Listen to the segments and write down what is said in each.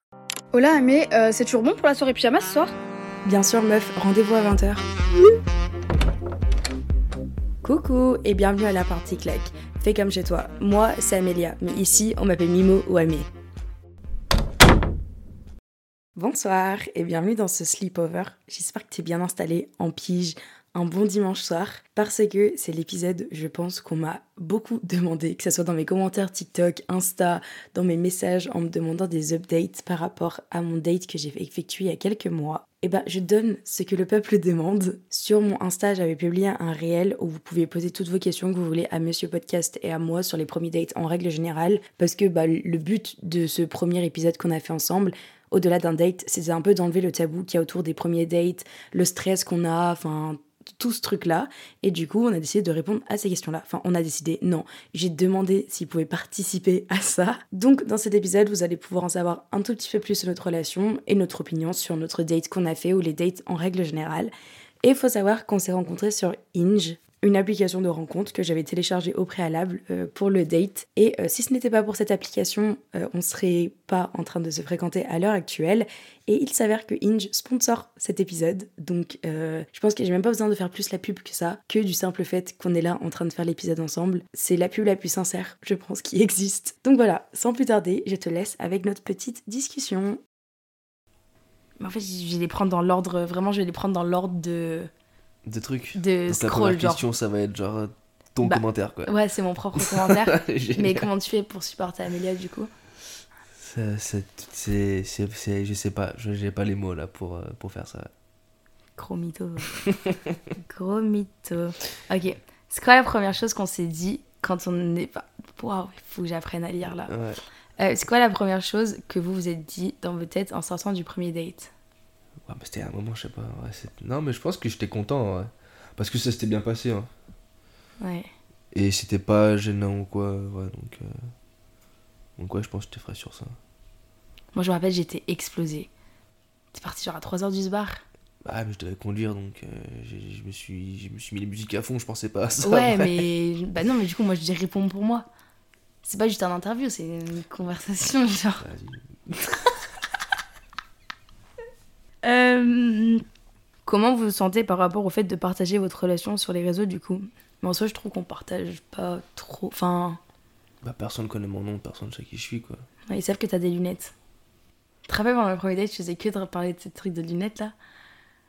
Coca-Cola, mais euh, c'est toujours bon pour la soirée pyjama ce soir Bien sûr, meuf, rendez-vous à 20h. Coucou et bienvenue à la partie claque. Fais comme chez toi. Moi, c'est Amélia, mais ici, on m'appelle Mimo ou Amé. Bonsoir et bienvenue dans ce sleepover. J'espère que t'es bien installé en pige un bon dimanche soir parce que c'est l'épisode, je pense, qu'on m'a beaucoup demandé, que ce soit dans mes commentaires TikTok, Insta, dans mes messages en me demandant des updates par rapport à mon date que j'ai effectué il y a quelques mois. Et ben, je donne ce que le peuple demande. Sur mon Insta, j'avais publié un réel où vous pouvez poser toutes vos questions que vous voulez à Monsieur Podcast et à moi sur les premiers dates en règle générale, parce que bah, le but de ce premier épisode qu'on a fait ensemble, au-delà d'un date, c'est un peu d'enlever le tabou qu'il y a autour des premiers dates, le stress qu'on a, enfin tout ce truc-là. Et du coup, on a décidé de répondre à ces questions-là. Enfin, on a décidé, non. J'ai demandé s'ils pouvaient participer à ça. Donc, dans cet épisode, vous allez pouvoir en savoir un tout petit peu plus sur notre relation et notre opinion sur notre date qu'on a fait ou les dates en règle générale. Et il faut savoir qu'on s'est rencontrés sur Inge, une application de rencontre que j'avais téléchargée au préalable euh, pour le date. Et euh, si ce n'était pas pour cette application, euh, on serait pas en train de se fréquenter à l'heure actuelle. Et il s'avère que Inge sponsor cet épisode. Donc euh, je pense que j'ai même pas besoin de faire plus la pub que ça, que du simple fait qu'on est là en train de faire l'épisode ensemble. C'est la pub la plus sincère, je pense, qui existe. Donc voilà, sans plus tarder, je te laisse avec notre petite discussion. Mais en fait, je vais les prendre dans l'ordre, vraiment, je vais les prendre dans l'ordre de. de trucs. de Donc, ta scroll, première genre. question, ça va être genre euh, ton Bah, commentaire, quoi. Ouais, c'est mon propre commentaire. Génial. Mais comment tu fais pour supporter Amélia du coup Ça- ça- c'est- c'est- c'est- Je sais pas, je- j'ai pas les mots là pour, euh, pour faire ça. Gros mytho. Gros mytho. Ok, c'est quoi la première chose qu'on s'est dit quand on n'est pas. Waouh, il faut que j'apprenne à lire là. Ouais. Euh, c'est quoi la première chose que vous vous êtes dit dans vos têtes en sortant du premier date Ouais, mais c'était un moment, je sais pas. ouais, c'est- non, mais je pense que j'étais content, ouais. Parce que ça s'était bien passé, hein. Ouais. Et c'était pas gênant ou quoi, ouais, donc. euh, Donc, ouais, je pense que j'étais frais sur ça. Moi, je me rappelle, j'étais explosée. T'es parti genre à 3h du bar Ah, mais je devais conduire, donc euh, j'ai- je me suis je me suis mis les musiques à fond, je pensais pas à ça. Ouais, mais. Bah non, mais du coup, moi, je dis répondre pour moi. C'est pas juste un interview, c'est une conversation, genre. Vas-y. Euh, Comment vous vous sentez par rapport au fait de partager votre relation sur les réseaux, du coup Mais en soi, je trouve qu'on partage pas trop. Enfin, Bah, personne connaît mon nom, personne sait qui je suis, quoi. ouais, ils savent que t'as des lunettes. Tu te rappelles pendant le premier date, je faisais que de parler de ces trucs de lunettes là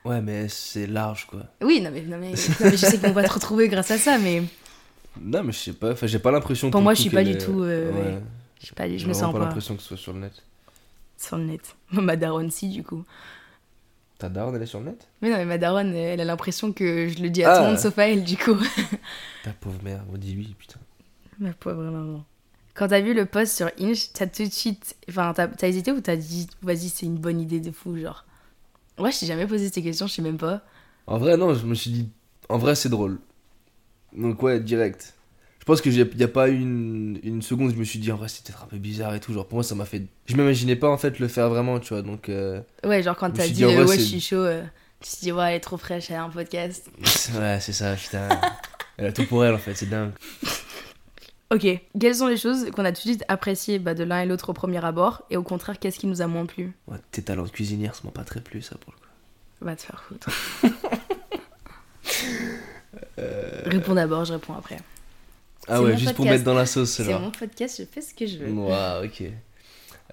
Ouais, mais c'est large, quoi. Oui, non mais, non, mais, non, mais je sais qu'on va te retrouver grâce à ça, mais Non, mais je sais pas, enfin, j'ai pas l'impression. Pour le moi, coup, je suis qu'elle pas du est- tout, euh, ouais. ouais. je sais pas, je J'ai me vraiment sens pas pas l'impression que ce soit sur le net. sur le net. Ma daronne, si, du coup. Ta daronne, elle est sur le net Mais non, mais ma daronne, elle a l'impression que je le dis à tout le Ah. monde sauf à elle, du coup. Ta pauvre mère, on dit oui, putain. Ma pauvre maman. Quand t'as vu le post sur Inch, t'as tout de suite. Enfin, t'as t'as hésité ou t'as dit, vas-y, c'est une bonne idée de fou, genre. Ouais, je t'ai jamais posé ces questions, je sais même pas. En vrai, non, je me suis dit. En vrai, c'est drôle. Donc, ouais, direct. Je pense que j'ai y a pas eu une, une seconde, je me suis dit, en vrai, c'est peut-être un peu bizarre et tout. Genre, pour moi, ça m'a fait. Je m'imaginais pas en fait le faire vraiment, tu vois. Donc, euh, Ouais, genre quand Je me t'as suis dit, dit, en euh, vrai, ouais, je c'est- suis chaud, euh, tu te dis, ouais, elle est trop fraîche, elle a un podcast. ouais, c'est ça, putain. Elle a tout pour elle en fait, c'est dingue. Ok, quelles sont les choses qu'on a tout de suite appréciées bah, de l'un et l'autre au premier abord, et au contraire, qu'est-ce qui nous a moins plu Ouais, tes talents de cuisinière, ça m'a pas très plu, ça pour le coup. Va te faire foutre. Euh, Réponds d'abord, je réponds après. Ah C'est ouais, mon juste pour podcast. mettre dans la sauce, C'est genre. mon podcast, je fais ce que je veux. Waouh, ok.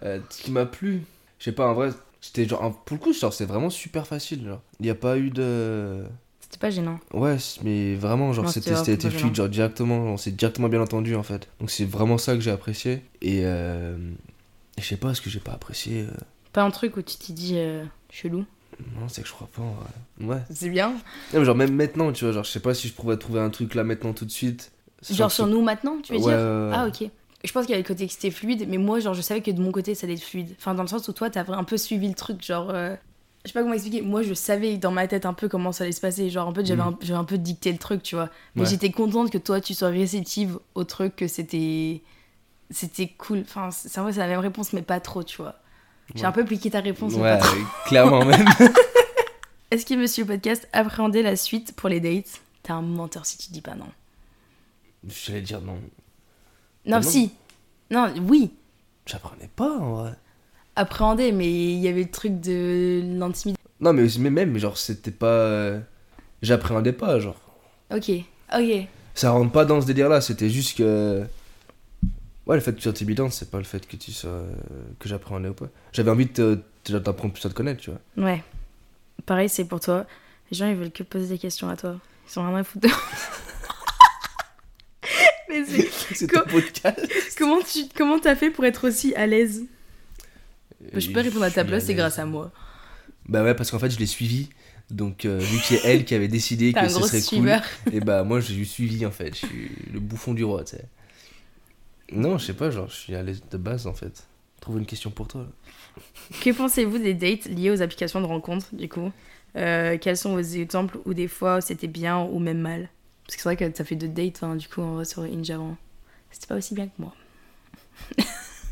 Euh, ce qui m'a plu, je sais pas, en vrai, c'était genre. un- Pour le coup, genre, c'est vraiment super facile, genre. Il n'y a pas eu de. C'était pas gênant. Ouais, c- mais vraiment, genre, Non, c'était c'était vraiment c'était pas fluide, genre, directement. On s'est directement bien entendu, en fait. Donc, c'est vraiment ça que j'ai apprécié. Et. euh, et Je sais pas, ce que j'ai pas apprécié. euh, Pas un truc où tu t'y dis euh, chelou. Non, c'est que je crois pas, en vrai. Ouais. C'est bien. Non, mais genre, même maintenant, tu vois, genre, je sais pas si je pourrais trouver un truc là maintenant tout de suite. Genre sur nous maintenant, tu veux Ouais, dire ouais, ouais. Ah ok. Je pense qu'il y avait le côté que c'était fluide, mais moi, genre, je savais que de mon côté, ça allait être fluide. Enfin, dans le sens où toi, t'as un peu suivi le truc, genre. euh, Je sais pas comment expliquer. Moi, je savais dans ma tête un peu comment ça allait se passer. Genre, en fait, j'avais Mm. un, j'avais un peu dicté le truc, tu vois. Mais Ouais. j'étais contente que toi, tu sois réceptive au truc, que c'était. C'était cool. Enfin, c'est en vrai, c'est la même réponse, mais pas trop, tu vois. J'ai Ouais. un peu appliqué ta réponse, mais Ouais, pas trop. clairement, même. Est-ce que Monsieur Podcast appréhendait la suite pour les dates T'es un menteur si tu dis pas non. J'allais dire non. Non, Ah non si. Non, oui. J'apprenais pas, en vrai. appréhendé, mais il y avait le truc de l'intimidation. Non, mais, mais même, genre, c'était pas. euh, J'appréhendais pas, genre. Ok, ok. Ça rentre pas dans ce délire-là, c'était juste que. Ouais, le fait que tu sois intimidante, c'est pas le fait que tu sois. euh, que j'appréhendais ou pas. J'avais envie de te- déjà t'apprendre plus à te connaître, tu vois. Ouais. Pareil, c'est pour toi. Les gens, ils veulent que poser des questions à toi. Ils sont vraiment foutus. mais c'est- C'est Quoi un podcast. comment tu comment t'as fait pour être aussi à l'aise Bah, Je peux Et répondre à ta suis place, c'est l'aise. grâce à moi. Bah ouais, parce qu'en fait, je l'ai suivi. Donc, euh, vu que c'est elle qui avait décidé T'es que un ce gros serait suiveur. cool, et bah moi, j'ai juste suivi en fait. Je suis le bouffon du roi, tu sais. Non, je sais pas, genre, je suis à l'aise de base en fait. Trouve une question pour toi. là. Que pensez-vous des dates liées aux applications de rencontres, du coup Euh, Quels sont vos exemples où des fois c'était bien ou même mal Parce que c'est vrai que t'as fait deux dates, hein, du coup, en vrai, sur Inge avant. C'était pas aussi bien que moi.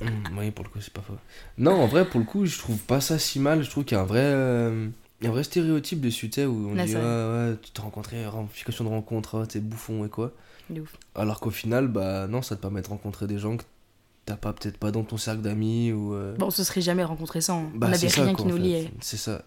Hum, oui, pour le coup, c'est pas faux. Non, en vrai, pour le coup, je trouve pas ça si mal. Je trouve qu'il y a un vrai, euh, un vrai stéréotype dessus, tu sais, où on Ouais, dit c'est ouais, vrai. ouais, tu t'es rencontré, en application de rencontre, ah, t'es bouffon et quoi. De ouf. Alors qu'au final, bah non, ça te permet de rencontrer des gens que t'as pas peut-être pas dans ton cercle d'amis ou. euh, Bon, on se serait jamais rencontrés sans. bah, on c'est n'avait ça, rien quoi, qui en nous fait. liait. C'est ça.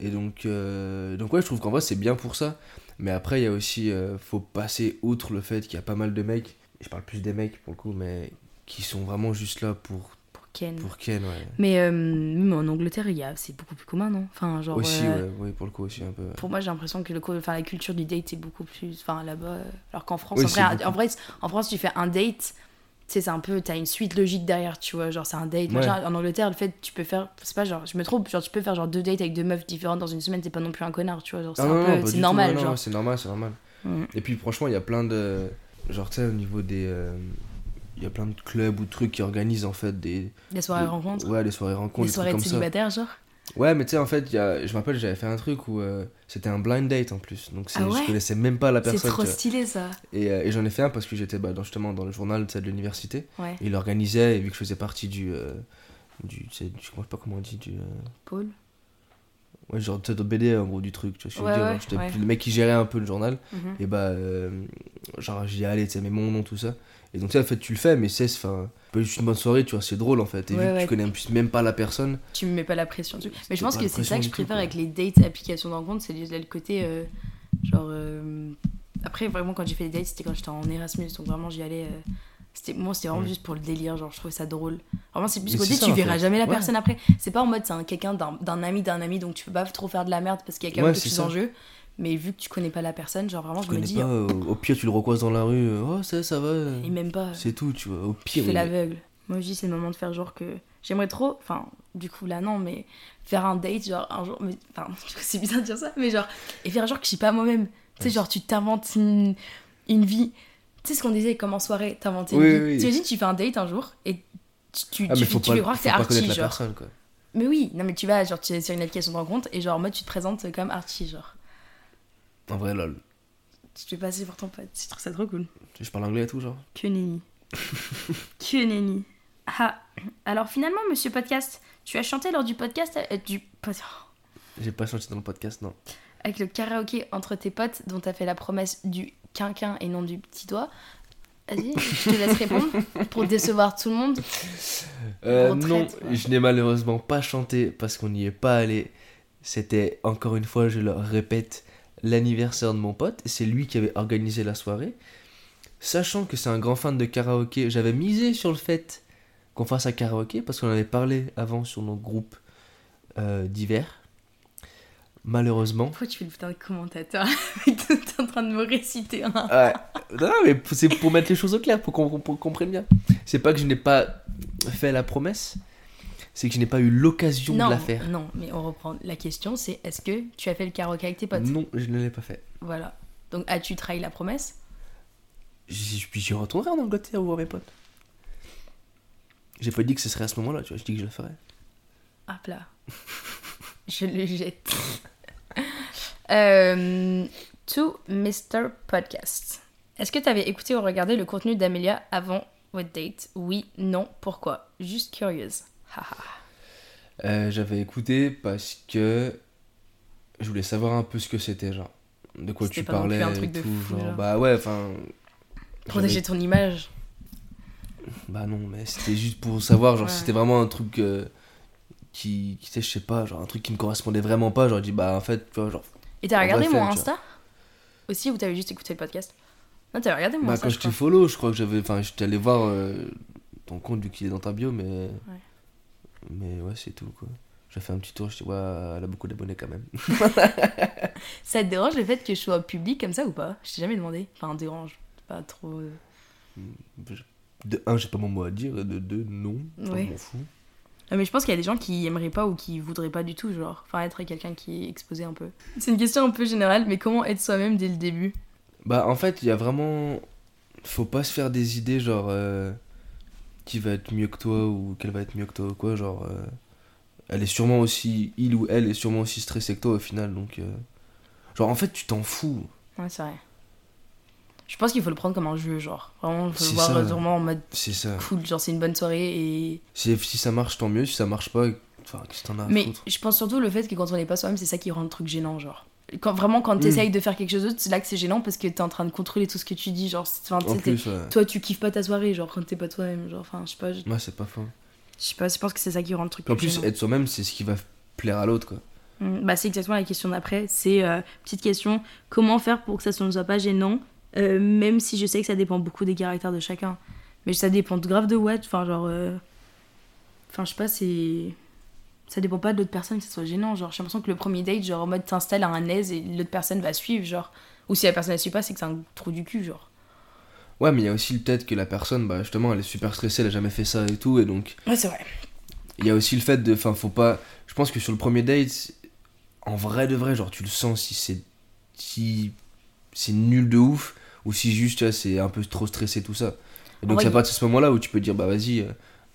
Et donc, euh, donc ouais, je trouve qu'en vrai, c'est bien pour ça. Mais après, il y a aussi, euh, faut passer outre le fait qu'il y a pas mal de mecs, je parle plus des mecs pour le coup, mais qui sont vraiment juste là pour, Pour Ken. pour Ken, ouais. Mais euh, même en Angleterre, il y a... c'est beaucoup plus commun, non Enfin, genre. aussi, euh, ouais, oui, pour le coup, aussi un peu. ouais. Pour moi, j'ai l'impression que le, co- enfin, la culture du date est beaucoup plus. Enfin, là-bas. euh, Alors qu'en France, Oui, en, c'est vrai, beaucoup. en, vrai, en France, tu fais un date, tu sais, c'est un peu. T'as une suite logique derrière, tu vois. Genre, c'est un date. Ouais. machin. en Angleterre, le fait, tu peux faire. C'est pas genre. Je me trompe, genre, tu peux faire genre deux dates avec deux meufs différentes dans une semaine, t'es pas non plus un connard, tu vois. Genre, c'est Ah un non, non, peu. pas c'est du tout, normal, non, non, genre. C'est normal, c'est normal. Mm. Et puis, franchement, il y a plein de. Genre, tu sais, au niveau des. euh, Il y a plein de clubs ou de trucs qui organisent en fait des. Des soirées des- rencontres, Ouais, des soirées rencontres, des des soirées trucs de comme ça. célibataires, genre. Ouais, mais tu sais, en fait, il y a- je me rappelle, j'avais fait un truc où euh, c'était un blind date en plus. Donc, c'est- Ah ouais je connaissais même pas la C'est personne. trop tu vois. stylé, ça. Et, euh, et j'en ai fait un parce que j'étais bah, dans- justement dans le journal tu sais, de l'université. Ouais. Il l'organisait et vu que je faisais partie du. euh, du, tu sais, du- je sais pas comment on dit, du. euh, Paul. Ouais, genre peut-être au BD en gros du truc, tu vois ce que Ouais, je veux dire. ouais, genre, j'étais ouais. plus le mec qui gérait un peu le journal, Mhm. et bah, euh, genre j'y allais, tu sais, mais mon nom, tout ça. Et donc, ça, en fait, tu le fais, mais c'est enfin, pas juste une bonne soirée, tu vois, c'est drôle en fait. Et Ouais, vu que ouais. tu connais en plus même pas la personne, tu me mets pas la pression dessus. Mais je C'était pense pas que la c'est pression ça que je du tout, préfère quoi. avec les dates applications de rencontre, c'est le le côté euh, genre euh, après vraiment quand j'ai fait des dates, c'était quand j'étais en Erasmus, donc vraiment j'y allais euh, c'était moi c'était vraiment Mm. juste pour le délire, genre je trouvais ça drôle. Vraiment c'est plus Mais le côté c'est ça, tu en verras fait. jamais la Ouais. personne après. C'est pas en mode c'est un quelqu'un d'un d'un ami d'un ami donc tu peux pas trop faire de la merde parce qu'il y a quand Ouais, même quelque c'est chose ça. en jeu. Mais vu que tu connais pas la personne, genre vraiment tu je me connais dis pas, euh, au pire, tu le recroises dans la rue, euh, oh, ça, ça va, euh, et même pas c'est tout, tu vois. Au tu pire, fais il- l'aveugle. Moi, je dis, c'est le moment de faire genre que. J'aimerais trop, enfin, du coup, là, non, mais faire un date, genre, un jour. mais- Enfin, du coup, c'est bizarre de dire ça, mais genre, et faire genre que je suis pas moi-même. Tu sais, Ouais. genre, tu t'inventes une, une vie. Tu sais ce qu'on disait comme en soirée, t'inventer une Oui, vie. oui, oui. Tu imagines, tu fais un date un jour et tu, tu, Ah, mais tu, faut tu pas, fais croire que faut t'es pas Archie, connaître la genre. personne, quoi. Mais oui, non, mais tu vas, genre, tu es sur une application de rencontre et genre, en mode, tu te présentes comme Archie, genre. En vrai, lol. Tu te fais passer pour ton pote. Je trouve ça trop cool. Tu sais, Je parle anglais et tout, genre. Que nenni. que nenni. Ah, alors finalement, monsieur podcast, tu as chanté lors du podcast euh, du pod- J'ai pas chanté dans le podcast, non. avec le karaoké entre tes potes dont t'as fait la promesse du quinquin et non du petit doigt. Vas-y, je te laisse répondre pour décevoir tout le monde. Euh, Retraite, non, quoi. je n'ai malheureusement pas chanté parce qu'on n'y est pas allé. C'était, encore une fois, je le répète, l'anniversaire de mon pote. C'est lui qui avait organisé la soirée. Sachant que c'est un grand fan de karaoké, j'avais misé sur le fait qu'on fasse un karaoké parce qu'on en avait parlé avant sur nos groupes euh, divers. Malheureusement. Pourquoi tu fais le putain de commentateur T'es en train de me réciter un. Ouais. Non, non, mais p- c'est pour mettre les choses au clair, pour qu'on qu'on- qu'on comprenne bien. C'est pas que je n'ai pas fait la promesse, c'est que je n'ai pas eu l'occasion de Non, la faire. non, mais on reprend. La question, c'est est-ce que tu as fait le karaoké avec tes potes Non, je ne l'ai pas fait. Voilà. Donc, as-tu trahi la promesse J'y puis j'y retournerai en Angleterre voir mes potes. J'ai pas dit que ce serait à ce moment-là, tu vois, je dis que je le ferais. Ah là. Je le jette. Euh, to Mr. Podcast. Est-ce que tu avais écouté ou regardé le contenu d'Amelia avant votre date Oui, non, pourquoi Juste curieuse. Haha. Euh, J'avais écouté parce que je voulais savoir un peu ce que c'était, genre. De quoi C'était tu pas non parlais plus un et truc de tout, fou, genre. genre. Bah ouais, enfin. Protéger ton image. Bah non, mais c'était juste pour savoir, genre, Ouais. si c'était vraiment un truc euh, qui, qui tu sais, je sais pas, genre un truc qui me correspondait vraiment pas, genre, je dis, bah, en fait, tu vois, genre, Et t'as En regardé vrai, mon fun, tu Insta Aussi, ou t'avais juste écouté le podcast Non, t'avais regardé mon bah, Insta. quand je je t'ai crois. follow, je crois que j'avais, enfin, j'étais allé voir euh, ton compte, vu qu'il est dans ta bio, mais. Mais ouais, c'est tout, quoi. J'ai fait un petit tour, je te vois, elle a beaucoup d'abonnés quand même. Ça te dérange le fait que je sois public comme ça ou pas Je t'ai jamais demandé. Enfin, dérange. Pas trop. euh, De un, j'ai pas mon mot à dire, et de deux, non, enfin, Ouais. je m'en fous. Ah, Mais je pense qu'il y a des gens qui aimeraient pas ou qui voudraient pas du tout, genre, enfin, être quelqu'un qui est exposé un peu. C'est une question un peu générale, mais comment être soi-même dès le début Bah, en fait, il y a vraiment. Faut pas se faire des idées, genre. euh, qui va être mieux que toi ou qu'elle va être mieux que toi ou quoi, genre. euh, elle est sûrement aussi. Il ou elle est sûrement aussi stressée que toi au final, donc. euh, genre, en fait, tu t'en fous. Ouais, c'est vrai. Je pense qu'il faut le prendre comme un jeu, genre. Vraiment, faut le C'est voir ça. euh, vraiment en mode C'est ça. cool, genre, c'est une bonne soirée et. Si, si ça marche, tant mieux. Si ça marche pas, enfin, qu'est-ce que t'en as à Mais foutre je pense surtout le fait que quand on n'est pas soi-même, c'est ça qui rend le truc gênant, genre. Quand, vraiment, Mm. quand t'essayes de faire quelque chose d'autre, c'est là que c'est gênant parce que t'es en train de contrôler tout ce que tu dis, genre. c'est- enfin, tu En sais, t'es- plus, ouais. toi, tu kiffes pas ta soirée, genre, quand t'es pas toi-même, genre. Enfin, je sais pas. Je Ouais, c'est pas faux. je sais pas, je pense que c'est ça qui rend le truc Puis en plus, gênant. être soi-même, c'est ce qui va plaire à l'autre, quoi. Mm, Bah, c'est exactement la question d'après. C'est euh, petite question comment faire pour que ça ne soit pas gênant, euh, même si je sais que ça dépend beaucoup des caractères de chacun. Mais ça dépend de grave de what. Enfin, genre. euh, Enfin, je sais pas, c'est. Ça dépend pas de l'autre personne que ça soit gênant. Genre, j'ai l'impression que le premier date, genre, en mode t'installes à un aise et l'autre personne va suivre, genre. Ou si la personne la suit pas, c'est que c'est un trou du cul, genre. Ouais, mais il y a aussi peut-être que la personne, bah, justement, elle est super stressée, elle a jamais fait ça et tout, et donc. Ouais, c'est vrai. Il y a aussi le fait de. Enfin, faut pas. Je pense que sur le premier date, en vrai de vrai, genre, tu le sens si c'est. Si c'est nul de ouf, ou si juste, tu vois, c'est un peu trop stressé, tout ça. Et En donc, vrai, c'est à il- partir de ce moment-là où tu peux dire, bah, vas-y, euh,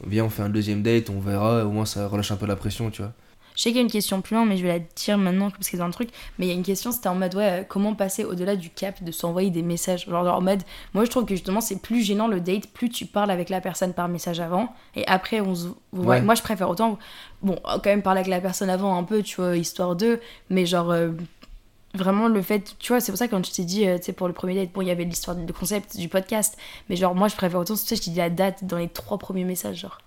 viens, on fait un deuxième date, on verra, au moins ça relâche un peu la pression, tu vois. Je sais qu'il y a une question plus loin, mais je vais la dire maintenant parce que c'est un truc. Mais il y a une question, c'était en mode, ouais, euh, comment passer au-delà du cap de s'envoyer des messages Genre, genre en mode, moi je trouve que justement c'est plus gênant le date, plus tu parles avec la personne par message avant, et après on se vous voit. Ouais. Moi je préfère autant, bon, euh, quand même parler avec la personne avant un peu, tu vois, histoire de, mais genre. euh, Vraiment, le fait, tu vois, c'est pour ça que quand je t'ai dit, euh, tu sais, pour le premier date, bon, il y avait l'histoire, le concept du podcast, mais genre, moi, je préfère autant, tu sais, je t'ai dit la date dans les trois premiers messages, genre.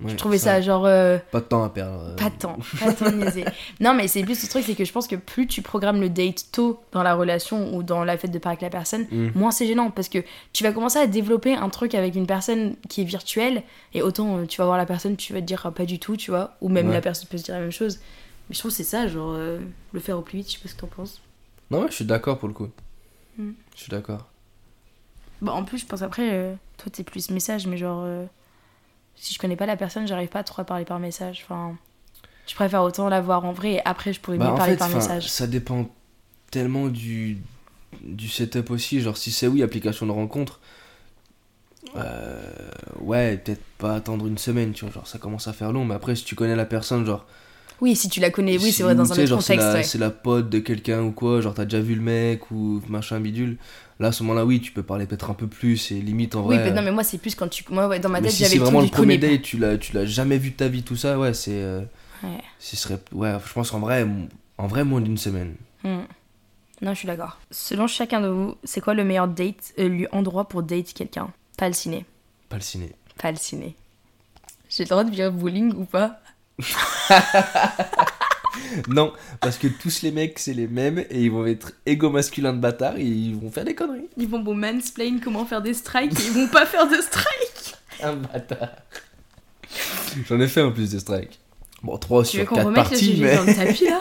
Ouais, je trouvais ça, genre, euh, Pas de temps à perdre. euh. pas tant, pas tant niaiser. Non, mais c'est plus ce truc, c'est que je pense que plus tu programmes le date tôt dans la relation ou dans la fête de part avec la personne, Mm. moins c'est gênant parce que tu vas commencer à développer un truc avec une personne qui est virtuelle et autant euh, tu vas voir la personne, tu vas te dire ah, pas du tout, tu vois, ou même Ouais. la personne peut se dire la même chose. Mais je trouve que c'est ça, genre euh, le faire au plus vite, je sais pas ce que t'en penses. Non, ouais, je suis d'accord pour le coup. Mm. Je suis d'accord. Bon, Bah, en plus, je pense après, euh, toi t'es plus message, mais genre euh, si je connais pas la personne, j'arrive pas à trop à parler par message. Enfin, je préfère autant la voir en vrai et après je pourrais Bah, mieux en parler fait, par enfin, message. ça dépend tellement du, du setup aussi. Genre, si c'est oui, application de rencontre, euh, ouais, peut-être pas attendre une semaine, tu vois. Genre, ça commence à faire long, mais après, si tu connais la personne, genre. Oui, si tu la connais, oui, si- c'est vrai, dans tu un sais, autre genre, c'est contexte. la- ouais. C'est la pote de quelqu'un ou quoi, genre, t'as déjà vu le mec ou machin bidule. Là, à ce moment-là, oui, tu peux parler peut-être un peu plus et limite en Oui, vrai. mais non, mais moi, c'est plus quand tu. Moi, ouais, dans ma mais tête, si j'avais c'est le vraiment truc le du connais premier pas. date, tu l'as, tu l'as jamais vu de ta vie, tout ça, ouais, c'est. euh, Ouais. Ce serait. Ouais, je pense en vrai, en vrai moins d'une semaine. Hmm. Non, je suis d'accord. Selon chacun de vous, c'est quoi le meilleur date, euh, lieu, endroit pour date quelqu'un Pas le ciné. Pas le ciné. Pas le ciné. J'ai le droit de dire bowling ou pas Non, parce que tous les mecs, c'est les mêmes et ils vont être égo masculins de bâtard et ils vont faire des conneries. Ils vont bon mansplain comment faire des strikes et ils vont pas faire de strikes. Un bâtard. J'en ai fait en plus des strikes. Bon, 3 Tu veux sur qu'on 4 remette le parties, sujet mais. dans le tapis là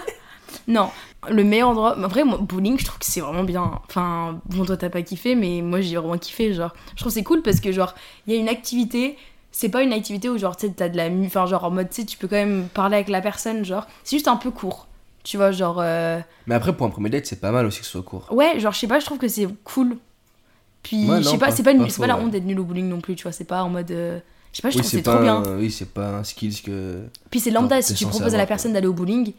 Non, le meilleur endroit. En vrai, moi, bowling, je trouve que c'est vraiment bien. Enfin, bon, toi, t'as pas kiffé, mais moi, j'ai vraiment kiffé. Genre, je trouve que c'est cool parce que, genre, il y a une activité. C'est pas une activité où, genre, tu sais, t'as de la. mu- Enfin, genre, en mode, tu sais, tu peux quand même parler avec la personne. Genre, c'est juste un peu court. Tu vois, genre. euh, Mais après, pour un premier date, c'est pas mal aussi que ce soit court. Ouais, genre, je sais pas, je trouve que c'est cool. Puis, Ouais, je sais non, pas, pas- c'est pas, pas une- c'est faux, pas la ouais. honte d'être nul au bowling non plus, tu vois. C'est pas en mode. euh, Je sais pas, je oui, trouve que c'est pas trop bien. un- Oui, c'est pas un skills que. Puis c'est lambda, Genre, si t'es tu censé proposes à la avoir, personne d'aller au bowling,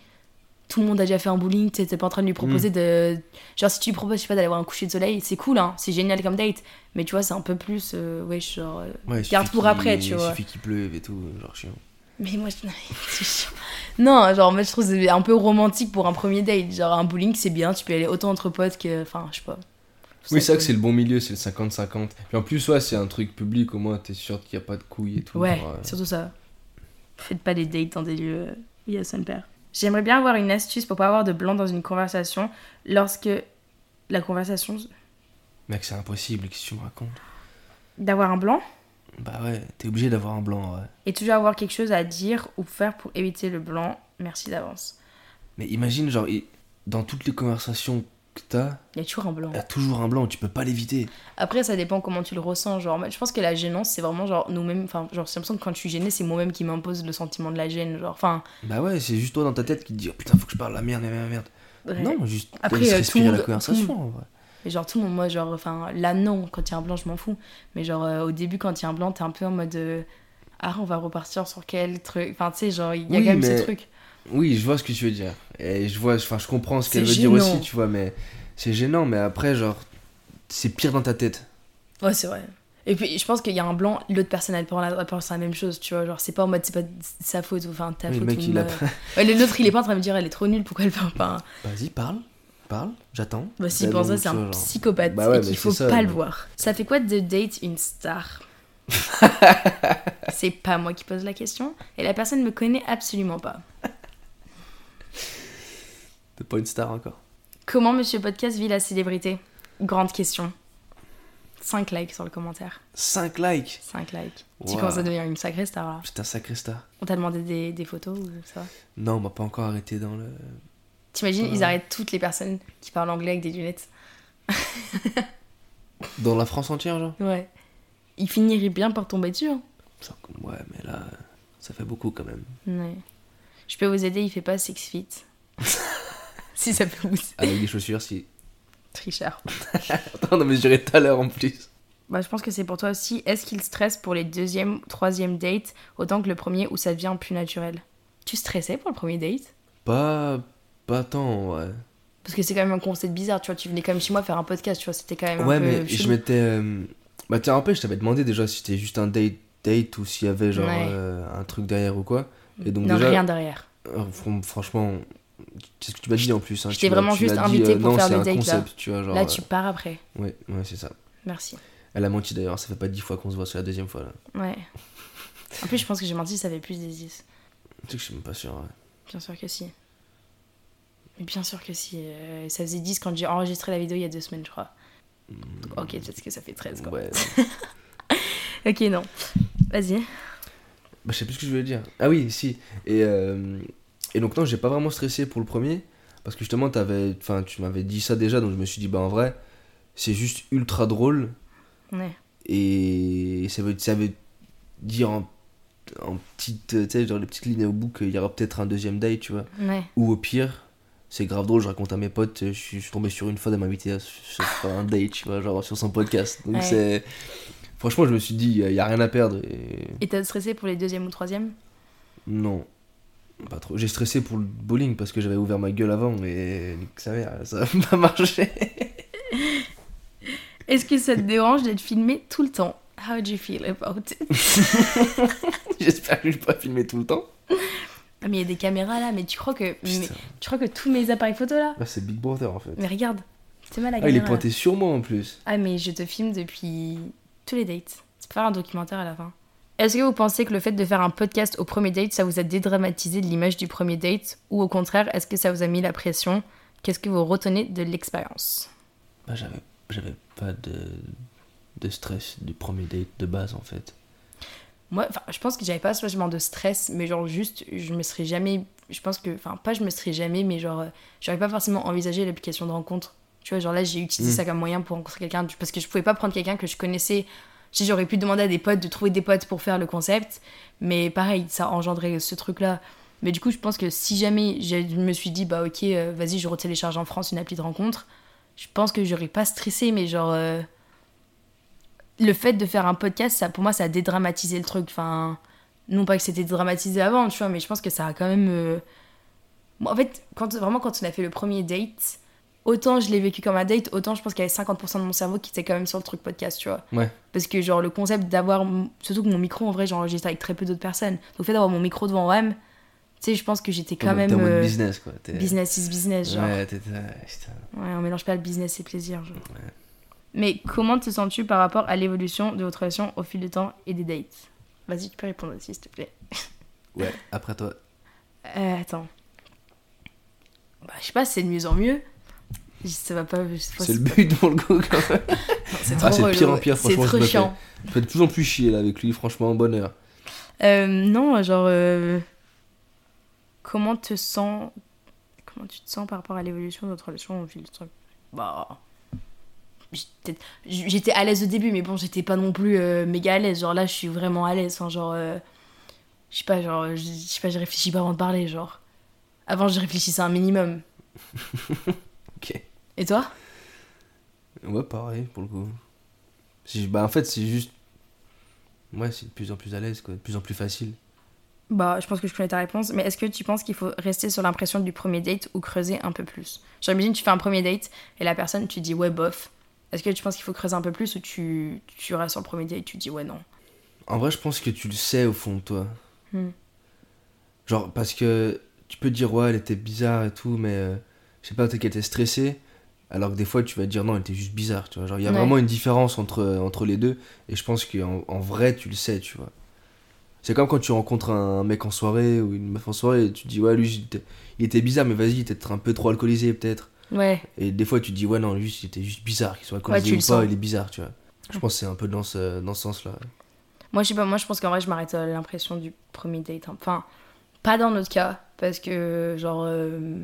tout le monde a déjà fait un bowling, tu sais, t'es pas en train de lui Mm. proposer de. Genre, si tu lui proposes, je sais pas, d'aller voir un coucher de soleil, c'est cool, hein, c'est génial comme date, mais tu vois, c'est un peu plus. euh, ouais, genre. euh, Ouais, il Garde suffit pour qu'il- après, tu vois. Il suffit qu'il pleuve et tout, genre chiant. Mais moi, je. c'est chiant. non, genre, moi, je trouve que c'est un peu romantique pour un premier date. Genre, un bowling, c'est bien, tu peux y aller autant entre potes que. Enfin, je sais pas. Je trouve Oui, c'est ça vrai que cool. c'est le bon milieu, c'est le 50-50. Puis en plus, ouais, c'est un truc public, au moins, t'es sûr qu'il n'y a pas de couilles et tout. Ouais, genre, euh, surtout ça. Faites pas des dates dans des lieux euh, où il y a son père. J'aimerais bien avoir une astuce pour pas avoir de blanc dans une conversation lorsque la conversation Mec, c'est impossible, qu'est-ce que tu me racontes d'avoir un blanc Bah ouais, t'es obligé d'avoir un blanc, ouais. et toujours avoir quelque chose à dire ou faire pour éviter le blanc. Merci d'avance. Mais imagine, genre, il- dans toutes les conversations que t'as, Il y a toujours un blanc. y a toujours un blanc, tu peux pas l'éviter. Après, ça dépend comment tu le ressens. Genre, moi, je pense que la gênance, c'est vraiment genre nous-mêmes. Enfin, genre, j'ai l'impression que quand je suis gênée, c'est moi-même qui m'impose le sentiment de la gêne. Genre, enfin. Bah ouais, c'est juste toi dans ta tête qui te dis, oh, putain, faut que je parle la merde, la merde, la merde. ouais. Non, juste Après, euh, laisse tout le respirer monde- la tout le conversation, en vrai. Mais genre, tout le monde, moi, genre, enfin, là, non, quand il y a un blanc, je m'en fous. Mais genre, euh, au début, quand il y a un blanc, t'es un peu en mode. euh, ah, on va repartir sur quel truc. Enfin, tu sais, genre, il y a Oui, quand même mais- ce truc. Oui, je vois ce que tu veux dire. Et je vois, enfin, je comprends ce qu'elle veut C'est dire gênant. aussi, tu vois, mais c'est gênant, mais après, genre, c'est pire dans ta tête. Ouais, c'est vrai. Et puis, je pense qu'il y a un blanc, l'autre personne, elle pense, elle pense la même chose, tu vois. Genre, c'est pas en mode, c'est pas sa faute ou enfin ta Oui, le faute. mec, ou il a ma- Ouais, L'autre, il est pas en train de me dire, elle est trop nulle, pourquoi elle parle pas un- Vas-y, parle, parle, j'attends. Bah si, Bah, pour ça, donc, c'est tu un vois, genre. psychopathe Bah ouais, et mais qu'il faut c'est ça, pas le mais- voir. Ça fait quoi de date une star C'est pas moi qui pose la question et la personne me connaît absolument pas. T'es pas une star encore. Comment Monsieur Podcast vit la célébrité Grande question. 5 likes sur le commentaire. 5 likes 5 likes. Tu Wow. commences à devenir une sacrée star là. Putain, sacré star. On t'a demandé des, des photos ou ça va Non, on m'a pas encore arrêté dans le. T'imagines, ils Ouais. arrêtent toutes les personnes qui parlent anglais avec des lunettes. Dans la France entière, genre Ouais. Ils finiraient bien par tomber dessus. hein. Ça- Ouais, mais là, euh, ça fait beaucoup quand même. Ouais. Je peux vous aider, il fait pas six feet. si ça peut vous Avec des chaussures, si. Trichard. Attends, on a mesuré tout à l'heure en plus. Bah, je pense que c'est pour toi aussi. Est-ce qu'il stresse pour les deuxième, troisième dates autant que le premier où ça devient plus naturel Tu stressais pour le premier date Pas. Pas tant, ouais. Parce que c'est quand même un concept bizarre, tu vois. Tu venais comme chez moi faire un podcast, tu vois. C'était quand même un Ouais, peu mais je chelou. m'étais. euh, Bah, tiens, un peu, je t'avais demandé déjà si c'était juste un date, date ou s'il y avait genre Ouais. euh, un truc derrière ou quoi. Et donc, Non, déjà, rien derrière. euh, fran- franchement, c'est ce que tu m'as dit en plus. Hein, Je Tu t'ai m'as- vraiment tu m'as juste dit, invité euh, pour non, faire c'est le un date, là. concept, tu vois. Genre, Là, euh, tu pars après. Ouais, ouais, c'est ça. Merci. Elle a menti d'ailleurs, ça fait pas dix fois qu'on se voit, c'est la deuxième fois là. Ouais. en plus, je pense que j'ai menti, ça fait plus des 10. Tu sais que je suis même pas sûr. hein. ouais. Bien sûr que si. Mais bien sûr que si. euh, ça faisait 10 quand j'ai enregistré la vidéo il y a deux semaines, je crois. Donc, ok, peut-être que ça fait 13, quoi. Mm. Ouais. Ok, non. Vas-y. Bah, je sais plus ce que je voulais dire. Ah oui, si. Et, euh, et donc, non, j'ai pas vraiment stressé pour le premier. Parce que justement, t'avais- enfin, tu m'avais dit ça déjà, donc je me suis dit, bah en vrai, c'est juste ultra drôle. Ouais. Et ça veut, ça veut dire en, en petite, euh, tu sais, genre les petites lignes au bout qu'il y aura peut-être un deuxième date, tu vois. Ouais. Ou au pire, c'est grave drôle, je raconte à mes potes, euh, je suis, je suis tombé sur une fois de m'inviter à se faire un date, tu vois, genre sur son podcast. Donc Ouais. c'est. Franchement, je me suis dit, il n'y a rien à perdre. Et... Et t'as stressé pour les deuxième ou troisième Non. Pas trop. J'ai stressé pour le bowling parce que j'avais ouvert ma gueule avant et nique sa mère, ça a pas marché. Est-ce que ça te dérange d'être filmé tout le temps How do you feel about it J'espère que je vais pas filmer tout le temps. Ah, mais il y a des caméras là, mais tu crois que. mais Putain, tu crois que tous mes appareils photo là là c'est Big Brother en fait. Mais regarde, c'est mal à Ah, il est caméra, là. pointé sur moi en plus. Ah, mais je te filme depuis tous les dates. Tu peux faire un documentaire à la fin. Est-ce que vous pensez que le fait de faire un podcast au premier date, ça vous a dédramatisé de l'image du premier date Ou au contraire, est-ce que ça vous a mis la pression Qu'est-ce que vous retenez de l'expérience Bah, j'avais, j'avais pas de, de stress du premier date de base en fait. Moi, enfin, je pense que j'avais pas seulement de stress, mais genre juste, je me serais jamais. Je pense que. Enfin, pas je me serais jamais, mais genre. euh, J'aurais pas forcément envisagé l'application de rencontre. Tu vois, genre là, j'ai utilisé Mm. ça comme moyen pour rencontrer quelqu'un. Parce que je pouvais pas prendre quelqu'un que je connaissais. Si j'aurais pu demander à des potes de trouver des potes pour faire le concept. Mais pareil, ça engendrait ce truc-là. Mais du coup, je pense que si jamais je me suis dit, bah ok, euh, vas-y, je retélécharge en France une appli de rencontre, je pense que j'aurais pas stressé, mais genre. euh, le fait de faire un podcast, ça, pour moi, ça a dédramatisé le truc. Enfin, non pas que c'était dramatisé avant, tu vois, mais je pense que ça a quand même. euh, bon, en fait, quand, vraiment, quand on a fait le premier date, autant je l'ai vécu comme un date, autant je pense qu'il y avait 50% de mon cerveau qui était quand même sur le truc podcast, tu vois. Ouais. Parce que, genre, le concept d'avoir. mon- Surtout que mon micro, en vrai, j'enregistre avec très peu d'autres personnes. Donc, le fait d'avoir mon micro devant WAM, tu sais, je pense que j'étais quand même. T'es en mode euh, business quoi. T'es... business is business, genre. Ouais, t'es- ouais, putain. Ouais, on mélange pas le business et le plaisir. genre. Ouais. Mais comment te sens-tu par rapport à l'évolution de votre relation au fil du temps et des dates Vas-y, tu peux répondre aussi, s'il te plaît. Ouais, après toi. Euh, attends. Bah, je sais pas, c'est de mieux en mieux. Je- Ça va pas. je sais pas, C'est le pas- but pour le coup, quand même. C'est Ah, trop c'est de relou, pire en ouais. pire, franchement, C'est je trop me fais. chiant. Je fais de plus en plus chier là avec lui, franchement, bonheur. Euh, non, genre. euh, Comment te sens. Comment tu te sens par rapport à l'évolution de notre relation au fil du temps Bah. j'étais- J'étais à l'aise au début, mais bon, j'étais pas non plus euh, méga à l'aise. Genre là, je suis vraiment à l'aise. Enfin, genre. euh, Je sais pas, genre. Je je sais pas, je réfléchis pas avant de parler, genre. Avant, je réfléchissais un minimum. Ok. Et toi Ouais, pareil, pour le coup. Si- Bah, en fait, c'est juste. Ouais, c'est de plus en plus à l'aise, quoi. De plus en plus facile. Bah, je pense que je connais ta réponse, mais est-ce que tu penses qu'il faut rester sur l'impression du premier date ou creuser un peu plus Genre, imagine, tu fais un premier date et la personne, tu dis ouais, bof. Est-ce que tu penses qu'il faut creuser un peu plus ou tu, tu restes sur le premier date tu dis ouais, non En vrai, je pense que tu le sais au fond de toi. Hmm. Genre, parce que tu peux te dire, ouais, elle était bizarre et tout, mais euh, je sais pas, peut-être qu'elle était stressée. Alors que des fois, tu vas te dire, non, elle était juste bizarre, tu vois. Genre, il y a Ouais. vraiment une différence entre, euh, entre les deux. Et je pense qu'en en vrai, tu le sais, tu vois. C'est comme quand tu rencontres un mec en soirée ou une meuf en soirée et tu te dis, ouais, lui, il était, il était bizarre, mais vas-y, il était peut-être un peu trop alcoolisé, peut-être. Ouais, Et des fois, tu te dis, ouais, non, lui, il était juste bizarre, qu'il soit Ouais, tu alcoolisé le ou pas, sens. il est bizarre, tu vois. Je pense que c'est un peu dans ce, dans ce sens-là. moi je sais pas, moi je pense qu'en vrai, je m'arrête à l'impression du premier date. hein. Enfin, pas dans notre cas, parce que genre. euh,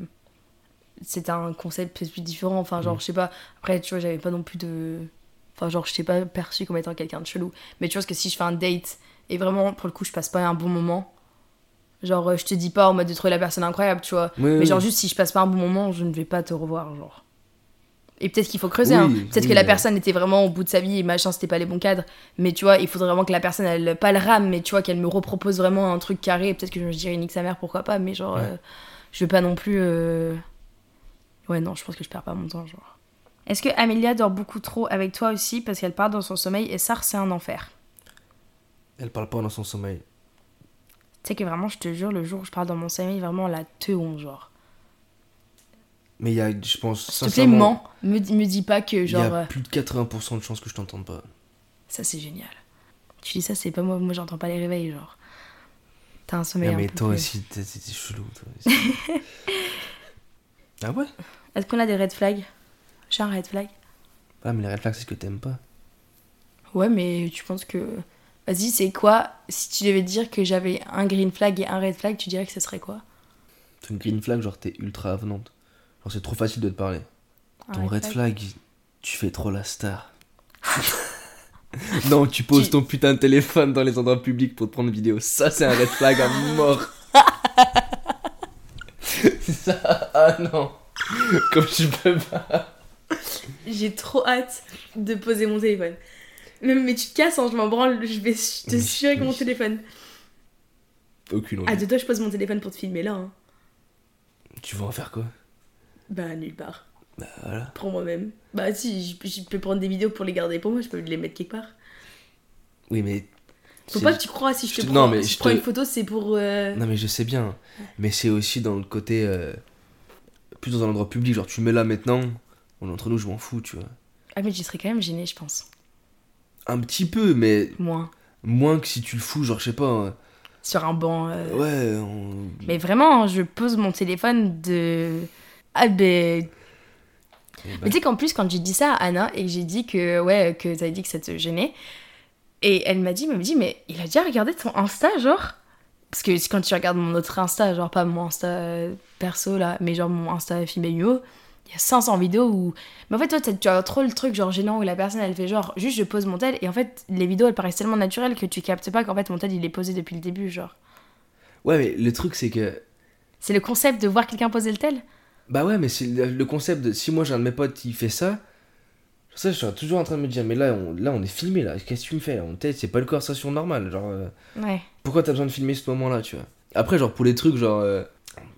c'est un concept peut-être plus différent. Enfin, genre, Mm. je sais pas. Après, tu vois, j'avais pas non plus de. Enfin, genre, je t'ai pas perçu comme étant quelqu'un de chelou. Mais tu vois, parce que si je fais un date et vraiment, pour le coup, je passe pas un bon moment, genre, euh, je te dis pas en mode de trouver la personne incroyable, tu vois. Ouais, Mais ouais. genre, juste si je passe pas un bon moment, je ne vais pas te revoir, genre. Et peut-être qu'il faut creuser, Oui, hein. Peut-être oui, que la ouais. personne était vraiment au bout de sa vie et machin, c'était pas les bons cadres. Mais tu vois, il faudrait vraiment que la personne, elle, pas le rame, mais tu vois, qu'elle me repropose vraiment un truc carré. Et Peut-être que je me dirais nique sa mère, pourquoi pas, mais genre, Ouais. euh, je veux pas non plus. euh, Ouais, non, je pense que je perds pas mon temps, genre. Est-ce que Amélia dort beaucoup trop avec toi aussi parce qu'elle part dans son sommeil et ça, c'est un enfer Elle parle pas dans son sommeil. Tu sais que vraiment, je te jure, le jour où je pars dans mon sommeil, vraiment, la teon, genre. Mais il y a, je pense, S'il te plaît, sincèrement, mens. Me, dis- me dis pas que, il y genre. euh, a plus de 80% de chances que je t'entende pas. Ça, c'est génial. Tu dis ça, c'est pas moi. Moi, j'entends pas les réveils, genre. T'as un sommeil. Ah, mais un peu toi plus- aussi, t'es t'es- t'es chelou. Toi aussi. ah ouais Est-ce qu'on a des red flags J'ai un red flag. Ah, mais les red flags, c'est ce que t'aimes pas. Ouais, mais tu penses que. Vas-y, c'est quoi Si tu devais dire que j'avais un green flag et un red flag, tu dirais que ce serait quoi T'as une green flag, genre t'es ultra avenante. Genre c'est trop facile de te parler. Un Ton red flag, il- tu fais trop la star. non, tu poses Tu- ton putain de téléphone dans les endroits publics pour te prendre vidéo. Ça, c'est un red flag à mort. ça, ah non. Comme je peux pas. J'ai trop hâte de poser mon téléphone. Mais, mais tu te casses, hein, je m'en branle, je vais je te Oui, suis avec oui. mon téléphone. Aucune envie. Ah, de toi, je pose mon téléphone pour te filmer là. hein. Tu vas en faire quoi Bah, nulle part. Bah voilà. Pour moi-même. Bah, si, je, je peux prendre des vidéos pour les garder pour moi, je peux les mettre quelque part. Oui, mais. Faut c'est- pas que tu crois si je te, je te- prends, non, mais si je je prends te- une photo, c'est pour. euh, Non, mais je sais bien. Mais c'est aussi dans le côté. euh, Plus dans un endroit public, genre tu le mets là maintenant, on est entre nous, je m'en fous, tu vois. Ah, mais j'y serais quand même gênée, je pense. Un petit peu, mais Moins. moins que si tu le fous, genre je sais pas. Sur un banc. euh, euh. Ouais, on- Mais vraiment, hein, je pose mon téléphone de. Ah, ben. Eh ben, Mais tu sais qu'en plus, quand j'ai dit ça à Anna et que j'ai dit que, ouais, que t'avais dit que ça te gênait, et elle m'a dit, mais elle me dit, mais il a déjà regardé ton Insta, genre Parce que quand tu regardes mon autre Insta, genre pas mon Insta euh, perso là, mais genre mon Insta filmé UO, il y a 500 vidéos où. Mais en fait, toi, t'as- tu as trop le truc genre gênant où la personne elle fait genre, juste je pose mon tel, et en fait, les vidéos elles paraissent tellement naturelles que tu captes pas qu'en fait mon tel il est posé depuis le début, genre. Ouais, mais le truc c'est que. C'est le concept de voir quelqu'un poser le tel Bah ouais, mais c'est le le concept de. Si moi j'ai un de mes potes qui fait ça. Ça, je serais toujours en train de me dire, mais là, on, là, on est filmé, là. Qu'est-ce que tu me fais là On t'aide, C'est pas une conversation normale. Genre, euh, Ouais. pourquoi t'as besoin de filmer ce moment-là, tu vois Après, genre pour les trucs, genre euh,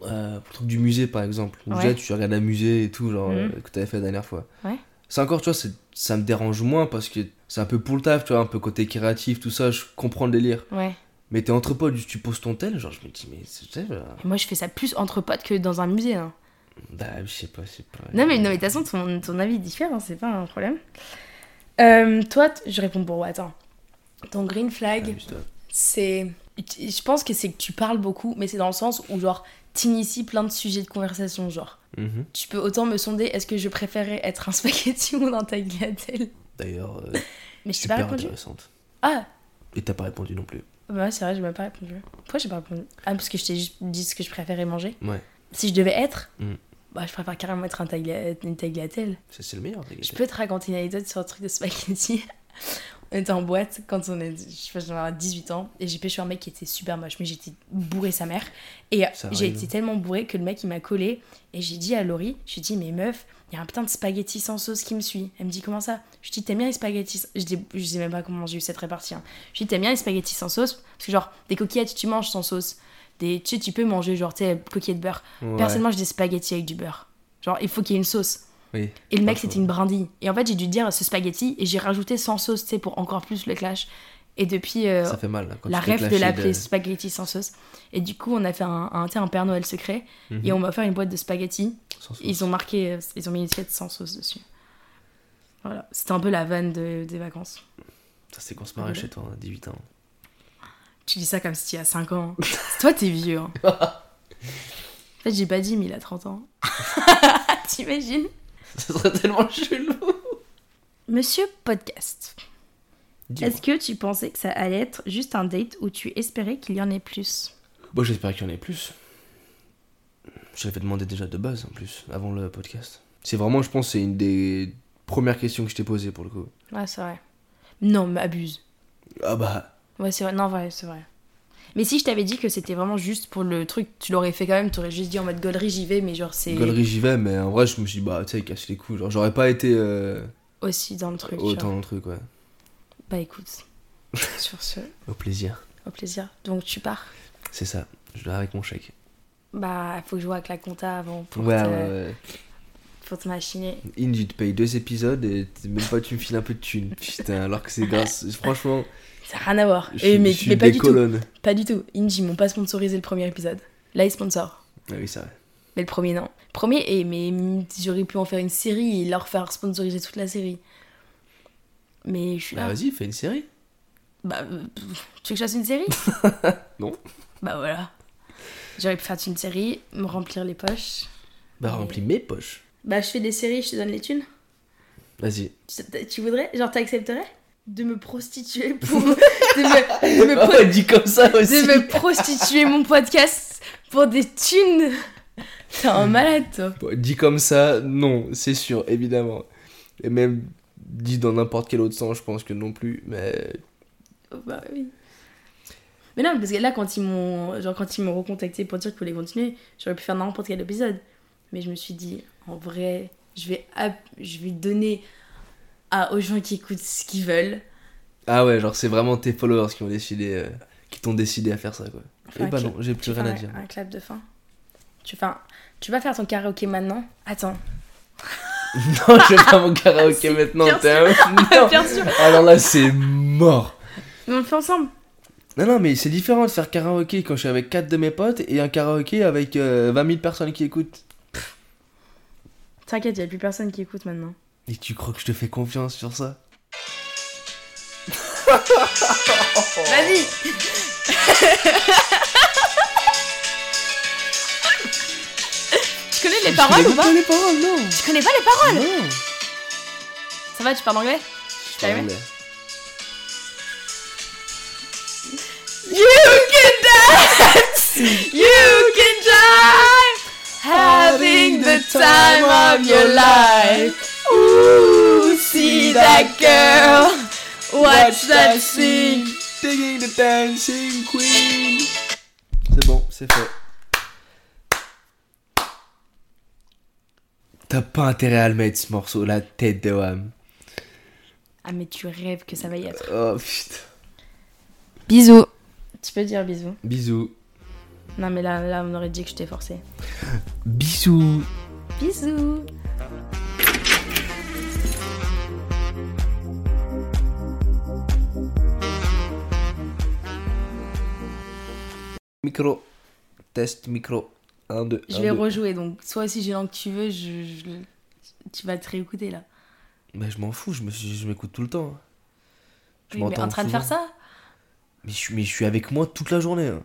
euh, pour le truc du musée par exemple, où Ouais. déjà tu regardes un musée et tout, genre Mhm. euh, que t'avais fait la dernière fois. Ouais. Ça encore, tu vois, c'est- ça me dérange moins parce que c'est un peu pour le taf, tu vois, un peu côté créatif, tout ça, je comprends le délire. Ouais. Mais t'es entre potes, juste tu poses ton tel, genre je me dis, mais c'est- tu sais, bah, Et moi je fais ça plus entre potes que dans un musée, hein. bah, je sais pas, c'est pas. Non mais, non, mais de toute façon, ton, ton avis est différent, c'est pas un problème. Euh, toi, t- je réponds pour attends. Ton green Ah, flag, juste, euh, ouais. c'est. Je pense que c'est que tu parles beaucoup, mais c'est dans le sens où, genre, t'inities plein de sujets de conversation, genre. Mhm. Tu peux autant me sonder est-ce que je préférais être un spaghetti ou un tagliatelle D'ailleurs, euh, Mais je t'ai pas super répondu. intéressante. Ah Et t'as pas répondu non plus. Bah ouais, c'est vrai, j'ai même pas répondu. Pourquoi j'ai pas répondu Ah, parce que je t'ai juste dit ce que je préférais manger. Ouais, Si je devais être, Mm. bah je préfère carrément être un taglia- une tagliatelle. ça, c'est le meilleur. les gars. Je peux te raconter une anecdote sur un truc de spaghetti. on était en boîte quand on est, je sais pas, j'avais 18 ans et j'ai pêché un mec qui était super moche, mais j'étais bourré sa mère. Et euh, Ça j'ai arrive. été tellement bourré que le mec il m'a collé et j'ai dit à Laurie, j'ai dit mais meuf, il y a un putain de spaghetti sans sauce qui me suit. Elle me dit comment ça Je dis t'aimes bien les spaghettis sans- je, dis, je sais même pas comment j'ai eu cette répartie. hein. Je dis t'aimes bien les spaghettis sans sauce parce que genre des coquillettes tu manges sans sauce. Des, tu sais, tu peux manger genre tes coquillettes beurre. Ouais. Personnellement, je dis spaghetti avec du beurre. Genre, il faut qu'il y ait une sauce. Oui. Et le mec, Parfois. c'était une brindille. Et en fait, j'ai dû dire ce spaghetti et j'ai rajouté sans sauce, tu sais, pour encore plus le clash. Et depuis, euh, Ça fait mal. là, quand la tu te rêve de lâches l'appeler spaghetti sans sauce. Et du coup, on a fait un, un, tu sais, un Père Noël secret Mhm. et on m'a offert une boîte de spaghetti. sans sauce. Ils ont marqué, euh, ils ont mis une étiquette sans sauce dessus. Voilà, c'était un peu la vanne de- des vacances. Ça, c'est qu'on se Ah, marie chez toi, on a 18 ans. Tu dis ça comme si tu as 5 ans. Toi, t'es vieux. hein. en fait, j'ai pas dit, mais il a 30 ans. T'imagines Ça serait tellement chelou. Monsieur Podcast, Dis-moi. est-ce que tu pensais que ça allait être juste un date ou tu espérais qu'il y en ait plus Bon, j'espère qu'il y en ait plus. Je l'avais demandé déjà de base, en plus, avant le podcast. C'est vraiment, je pense, c'est une des premières questions que je t'ai posées, pour le coup. Ouais, c'est vrai. Non, m'abuse. Ah bah, Ouais, c'est vrai. Non, ouais, c'est vrai. Mais si je t'avais dit que c'était vraiment juste pour le truc, tu l'aurais fait quand même, t'aurais juste dit en mode Gollery, j'y vais, mais genre c'est galerie, j'y vais, mais en vrai, je me suis dit, bah, tu sais, il casse les couilles. Genre, j'aurais pas été euh, aussi dans le truc. tu autant vois. dans le truc, ouais. Bah écoute, sur ce, Au plaisir. au plaisir. Donc tu pars. C'est ça. Je dois avec mon chèque. Bah, faut jouer avec la compta avant pour, ouais, te, ouais, pour te machiner. ouais. In, tu te payes deux épisodes et t- même pas tu me files un peu de thunes. Putain, alors que c'est grâce. Franchement, Ça n'a rien à voir. je Et suis, Eh, mais je suis mais pas des du tout. colonnes. Pas du tout. Inji m'ont pas sponsorisé le premier épisode. Là, ils sponsorent. Ah oui, c'est vrai. Mais le premier, non. Premier, et mais j'aurais pu en faire une série et leur faire sponsoriser toute la série. Mais je suis Bah, là. vas-y, fais une série. Bah, euh, pff, tu veux que je fasse une série Non. Bah voilà. J'aurais pu faire une série, me remplir les poches. Bah, Mais- remplis mes poches. Bah, je fais des séries, je te donne les thunes. Vas-y. Tu, tu voudrais Genre, t'accepterais De me prostituer pour. de me, de me pro- Oh, dit comme ça aussi. de me prostituer mon podcast pour des thunes T'es un malade, toi. Bon, dit comme ça, non, c'est sûr, évidemment. Et même dit dans n'importe quel autre sens, je pense que non plus, mais Oh, Bah oui. Mais non, parce que là, quand ils m'ont, genre, quand ils m'ont recontacté pour dire qu'ils voulaient continuer, j'aurais pu faire n'importe quel épisode. Mais je me suis dit, en vrai, je vais, app- je vais donner à, aux gens qui écoutent ce qu'ils veulent. ah ouais, genre c'est vraiment tes followers qui ont décidé euh, qui t'ont décidé à faire ça quoi. Enfin, Et bah tu- non, j'ai tu plus fais rien à un- dire. Un clap de fin. Tu fais un- tu vas faire ton karaoké maintenant Attends. non, je vais faire mon karaoké Ah, Si, maintenant, bien t'es un non. Ah, Bien sûr. Alors là, c'est mort. Mais on le fait ensemble. Non non, mais c'est différent de faire karaoké quand je suis avec 4 de mes potes et un karaoké avec euh, 20 000 personnes qui écoutent. T'inquiète, il n'y a plus personne qui écoute maintenant. Et tu crois que je te fais confiance sur ça Vas-y Tu connais les paroles ou pas les paroles, non. Tu connais pas les paroles Non. Ça va, tu parles anglais Je T'as aimé parlais. You can drive having the time of your life. Ooh, see that girl, Watch that thing, digging the dancing queen. C'est bon, c'est fait. T'as pas intérêt à le mettre ce morceau, la tête de Wham. Ah mais tu rêves que ça va y être. Oh putain. Bisous Tu peux dire bisous. Bisous. Non mais là, là on aurait dit que je t'ai forcé. Bisous. Bisous Micro. Test micro. 1, 2, Je vais rejouer donc, soit si j'ai langue que tu veux, je, je- tu vas te réécouter là. Mais je m'en fous, je me suis- je m'écoute tout le temps. Je Oui, mais m'entends en train de souvent. faire ça Mais je, suis- mais je suis avec moi toute la journée. hein.